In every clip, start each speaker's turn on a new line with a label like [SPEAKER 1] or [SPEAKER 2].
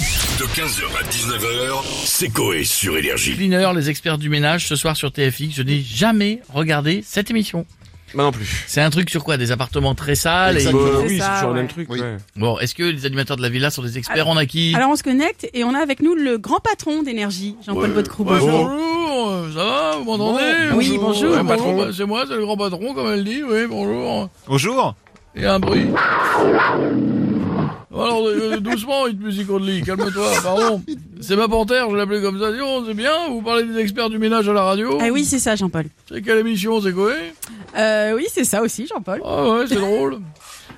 [SPEAKER 1] De 15h à 19h, c'est Coé sur Énergie.
[SPEAKER 2] Cleaner, les experts du ménage, ce soir sur TFX. Je n'ai jamais regardé cette émission.
[SPEAKER 3] Moi non plus.
[SPEAKER 2] C'est un truc sur quoi Des appartements très sales et...
[SPEAKER 3] Bah,
[SPEAKER 4] Exactement.
[SPEAKER 3] oui,
[SPEAKER 4] C'est
[SPEAKER 3] c'est
[SPEAKER 4] ça,
[SPEAKER 3] toujours le
[SPEAKER 4] ouais.
[SPEAKER 3] même truc.
[SPEAKER 4] Oui.
[SPEAKER 3] ouais.
[SPEAKER 2] Bon, est-ce que les animateurs de la villa sont des experts en acquis
[SPEAKER 4] Alors on se connecte et on a avec nous le grand patron d'énergie, Jean-Paul Vautrecou.
[SPEAKER 2] Bonjour,
[SPEAKER 4] Bonjour.
[SPEAKER 2] euh, ça va, vous m'entendez
[SPEAKER 4] Bon, oui, bonjour.
[SPEAKER 2] Ouais,
[SPEAKER 4] Grand
[SPEAKER 2] bah,
[SPEAKER 3] patron.
[SPEAKER 2] bon, bah, c'est moi, c'est le grand patron, comme elle dit, oui, bonjour.
[SPEAKER 5] Bonjour
[SPEAKER 2] Et un bruit. Alors, euh, doucement, Hit Music Only, calme-toi, pardon. C'est ma panthère, je l'appelais comme ça. Dis donc, c'est bien, vous parlez des experts du ménage à la radio.
[SPEAKER 4] Ah oui, c'est ça Jean-Paul.
[SPEAKER 2] C'est quelle émission, c'est quoi eh
[SPEAKER 4] Euh, oui, c'est ça aussi Jean-Paul.
[SPEAKER 2] Ah ouais, c'est drôle.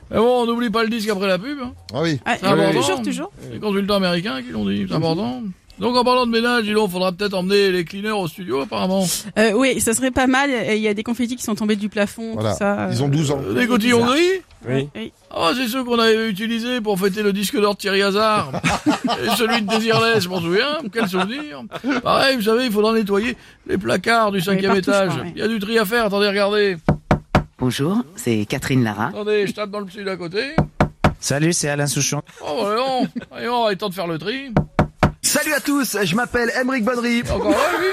[SPEAKER 2] Mais bon, on n'oublie pas le disque après la pub. hein.
[SPEAKER 5] Ah oui
[SPEAKER 4] Ah,
[SPEAKER 2] Ça
[SPEAKER 3] va,
[SPEAKER 4] toujours,
[SPEAKER 2] bon.
[SPEAKER 4] toujours.
[SPEAKER 2] Les consultants américains qui l'ont dit, c'est important. Donc en parlant de ménage, il faudra peut-être emmener les cleaners au studio apparemment.
[SPEAKER 4] Euh, oui, ça serait pas mal. Il y a des confettis qui sont tombés du plafond,
[SPEAKER 5] Voilà.
[SPEAKER 4] tout ça. euh,
[SPEAKER 5] Ils ont 12 ans.
[SPEAKER 2] Des cotillons gris
[SPEAKER 3] Oui.
[SPEAKER 2] Ah, c'est ceux qu'on avait utilisés pour fêter le disque d'or de Thierry Hazard. Et celui de Désirless, je m'en souviens. Quel souvenir. Pareil, vous savez, il faudra nettoyer les placards du cinquième
[SPEAKER 4] partout, je
[SPEAKER 2] étage.
[SPEAKER 4] crois, ouais.
[SPEAKER 2] Il y a du tri à faire, attendez, regardez.
[SPEAKER 6] Bonjour, c'est Catherine Lara.
[SPEAKER 2] Attendez, je tape dans le psy d'à côté.
[SPEAKER 5] Salut, c'est Alain Souchon.
[SPEAKER 2] Oh, voilà, non. Allez, on va temps de faire le tri.
[SPEAKER 7] Salut à tous, je m'appelle Emeric Bonnery.
[SPEAKER 2] Encore là, lui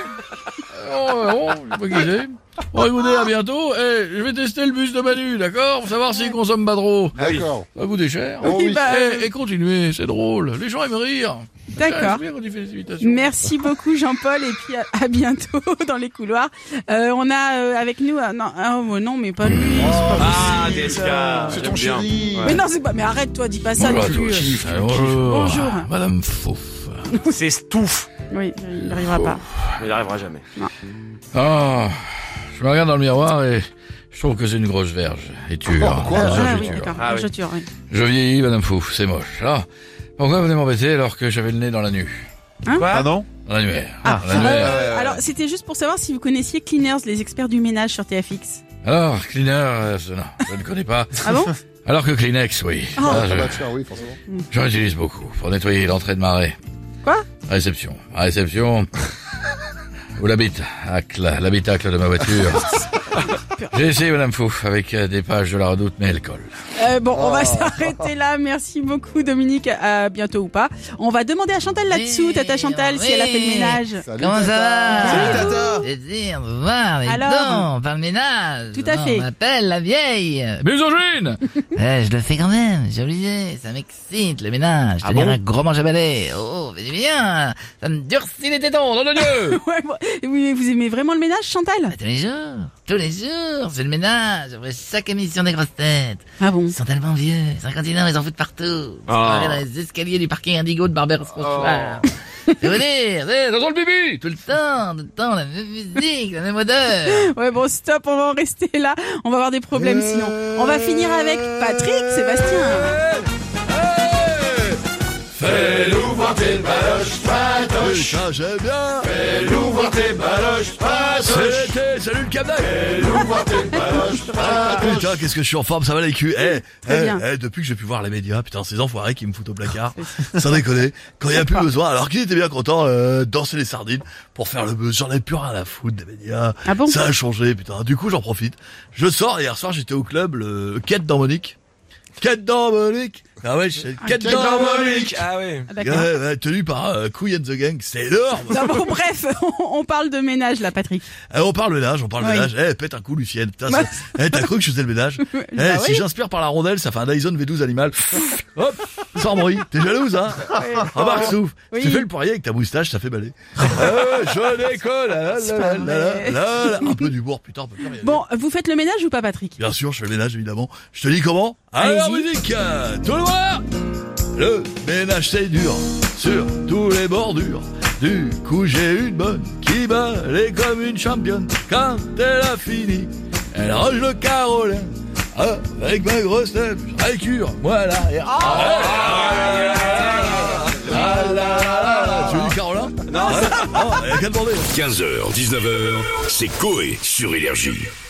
[SPEAKER 2] Oh, oh, je sais pas qui c'est. Bon, écoutez, à bientôt. Eh, je vais tester le bus de Manu, d'accord Pour savoir s'il consomme pas trop.
[SPEAKER 7] Ah
[SPEAKER 5] D'accord.
[SPEAKER 2] Ça va coûter cher.
[SPEAKER 5] Oh oui.
[SPEAKER 4] Bah,
[SPEAKER 2] Eh, et continuez, c'est drôle. Les gens aiment rire. Ah,
[SPEAKER 4] D'accord.
[SPEAKER 2] c'est bien quand il fait des imitations.
[SPEAKER 4] Merci beaucoup Jean-Paul et puis à, à bientôt dans les couloirs. Euh, on a euh, avec nous ah, non ah, oh, non mais pas lui. c'est pas
[SPEAKER 3] Ah,
[SPEAKER 4] possible.
[SPEAKER 3] Jessica.
[SPEAKER 5] C'est
[SPEAKER 3] J'aime
[SPEAKER 5] ton
[SPEAKER 3] bien.
[SPEAKER 5] chéri.
[SPEAKER 4] Mais non c'est pas. Mais arrête toi, dis pas ça. non plus.
[SPEAKER 2] Ah, bonjour.
[SPEAKER 4] Bonjour.
[SPEAKER 2] Madame Fouf.
[SPEAKER 3] C'est Stouff.
[SPEAKER 4] Oui, il n'arrivera pas.
[SPEAKER 3] Il n'arrivera jamais.
[SPEAKER 2] Ah, je me regarde dans le miroir et je trouve que c'est une grosse verge. Et tu hein,
[SPEAKER 5] quoi
[SPEAKER 2] Je
[SPEAKER 4] Ah
[SPEAKER 2] suis
[SPEAKER 4] oui,
[SPEAKER 2] dur.
[SPEAKER 4] d'accord.
[SPEAKER 3] Ah oui.
[SPEAKER 4] Je tue, oui.
[SPEAKER 2] Je vieillis, Madame Fouf, c'est moche. Ah, pourquoi venez m'embêter alors que j'avais le nez dans la nuque
[SPEAKER 4] Hein
[SPEAKER 5] Pardon
[SPEAKER 2] Dans l'annuaire.
[SPEAKER 4] Ah,
[SPEAKER 2] Dans l'annuaire.
[SPEAKER 4] euh, alors c'était juste pour savoir si vous connaissiez Cleaners, les experts du ménage sur TFX.
[SPEAKER 2] Alors, Cleaner, euh, ce- non, je ne connais pas.
[SPEAKER 4] Ah bon
[SPEAKER 2] Alors que Kleenex, oui.
[SPEAKER 4] Ah.
[SPEAKER 2] Ah,
[SPEAKER 5] Ah
[SPEAKER 2] je-
[SPEAKER 5] bah tiens, oui, forcément.
[SPEAKER 2] J'en utilise beaucoup pour nettoyer l'entrée de marée.
[SPEAKER 4] Quoi
[SPEAKER 2] À Réception. À Réception. Ou l'habitacle, l'habitacle de ma voiture. J'ai essayé Madame Fouf avec euh, des pages de la redoute, mais elle colle.
[SPEAKER 4] Euh, bon, on va s'arrêter là. Merci beaucoup, Dominique. À bientôt ou pas. On va demander à Chantal là-dessous,
[SPEAKER 8] Oui,
[SPEAKER 4] Tata Chantal, si
[SPEAKER 8] oui.
[SPEAKER 4] elle a fait le ménage.
[SPEAKER 5] Salut,
[SPEAKER 8] Comment ça
[SPEAKER 5] Tata.
[SPEAKER 8] va
[SPEAKER 5] Salut, Tata.
[SPEAKER 8] C'est dire, voir, les
[SPEAKER 4] Alors
[SPEAKER 8] dents, pas le ménage.
[SPEAKER 4] Tout à
[SPEAKER 8] Non,
[SPEAKER 4] fait.
[SPEAKER 8] On m'appelle la vieille.
[SPEAKER 2] Misogyne
[SPEAKER 8] Ouais, je le fais quand même, j'ai obligé. Ça m'excite, le ménage.
[SPEAKER 3] Ah
[SPEAKER 8] Tenir
[SPEAKER 3] bon
[SPEAKER 8] un gros manche à balai. Oh, mais bien. Ça me durcit les tétons, nom de Dieu.
[SPEAKER 4] Ouais, bon. Oui, vous aimez vraiment le ménage, Chantal
[SPEAKER 8] Bah, tous les jours, tous les jours, c'est le ménage. Après chaque émission des grosses têtes.
[SPEAKER 4] Ah bon
[SPEAKER 8] Ils sont tellement vieux. 50 ans, ils en foutent partout. Ils sont
[SPEAKER 3] Oh.
[SPEAKER 5] Ah.
[SPEAKER 8] arrivés dans les escaliers du parking Indigo de Barbère
[SPEAKER 5] Oh.
[SPEAKER 8] François. Je veux dire, c'est-
[SPEAKER 2] Ça sent le bibi
[SPEAKER 8] tout le temps, tout le temps, la même musique, la même odeur.
[SPEAKER 4] Ouais, bon, stop, on va en rester là. On va avoir des problèmes sinon. On va finir avec Patrick, Sébastien.
[SPEAKER 2] Ah, C'était, salut le cabane Putain, qu'est-ce que je suis en forme, ça va les culs Eh,
[SPEAKER 4] Très
[SPEAKER 2] eh,
[SPEAKER 4] bien. Ah,
[SPEAKER 2] eh, depuis que j'ai pu voir les médias, putain, ces enfoirés qui me foutent au placard, sans déconner, quand il n'y a plus besoin, alors qu'ils étaient bien contents, euh, danser les sardines pour faire le buzz, j'en ai plus rien à la foutre des médias.
[SPEAKER 4] Ah bon
[SPEAKER 2] Ça a changé, putain. Du coup, j'en profite. Je sors, hier soir, j'étais au club, le quête d'Harmonique. Quête d'Harmonique Ah ouais, je- quête d'Harmonique
[SPEAKER 3] Ah oui.
[SPEAKER 4] Ah,
[SPEAKER 2] Ouais,
[SPEAKER 4] D'accord.
[SPEAKER 2] ouais, Tenu par euh, Couille and the Gang, c'est énorme
[SPEAKER 4] Non, bon, bref, on, on parle de ménage là, Patrick.
[SPEAKER 2] Eh, on parle ménage, on parle
[SPEAKER 4] Oui.
[SPEAKER 2] ménage. Eh, pète un coup, Lucienne. Putain,
[SPEAKER 4] Bah-
[SPEAKER 2] c'est- eh, t'as cru que je faisais le ménage Eh,
[SPEAKER 4] Bah
[SPEAKER 2] si
[SPEAKER 4] oui.
[SPEAKER 2] j'inspire par la rondelle, ça fait un Dyson V12 animal. Hop, sans bruit. T'es jalouse, hein Remarque, souffle.
[SPEAKER 4] Oh. Oui.
[SPEAKER 2] Si tu fais le poirier avec ta moustache, ça fait balai. Euh, je décolle. ah, là,
[SPEAKER 4] C'est
[SPEAKER 2] là,
[SPEAKER 4] pas
[SPEAKER 2] là, là,
[SPEAKER 4] vrai.
[SPEAKER 2] là, là. Un peu d'humour, putain, on peut plus rien dire.
[SPEAKER 4] Bon, vous faites le ménage ou pas, Patrick
[SPEAKER 2] Bien sûr, je fais le ménage, évidemment. Je te dis comment Alors,
[SPEAKER 4] Allez-y.
[SPEAKER 2] musique euh, Tout le monde Le ménage, c'est dur, sur tous les bordures. Du coup, j'ai une bonne qui balait comme une championne. Quand elle a fini, elle range le carolin. Avec ma grosse tête, je récure, voilà. Et... Ah, ah, là, là, là, là, là, là, là. Tu veux du carolin Non, il n'y a qu'à demander.
[SPEAKER 1] 15h, 19h, c'est Coé sur Énergie.